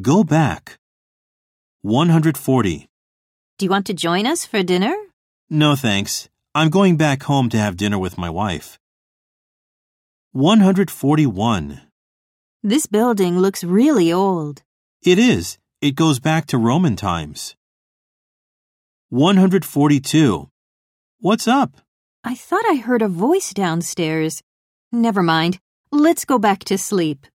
Go back. 140. Do you want to join us for dinner? No thanks. I'm going back home to have dinner with my wife. 141. This building looks really old. It is. It goes back to Roman times. 142. What's up? I thought I heard a voice downstairs. Never mind. Let's go back to sleep.